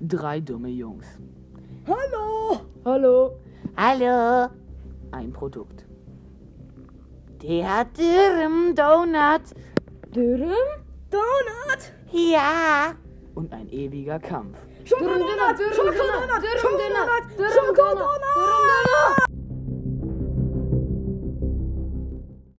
drei dumme Jungs. Hallo! Hallo. Hallo, Ein Produkt. der hat Dürren Donut. Dürren? Donut! Ja, Und ein ewiger Kampf. Dürren Donut, Dürren Donut, Dürren Donut, Dürren Donut.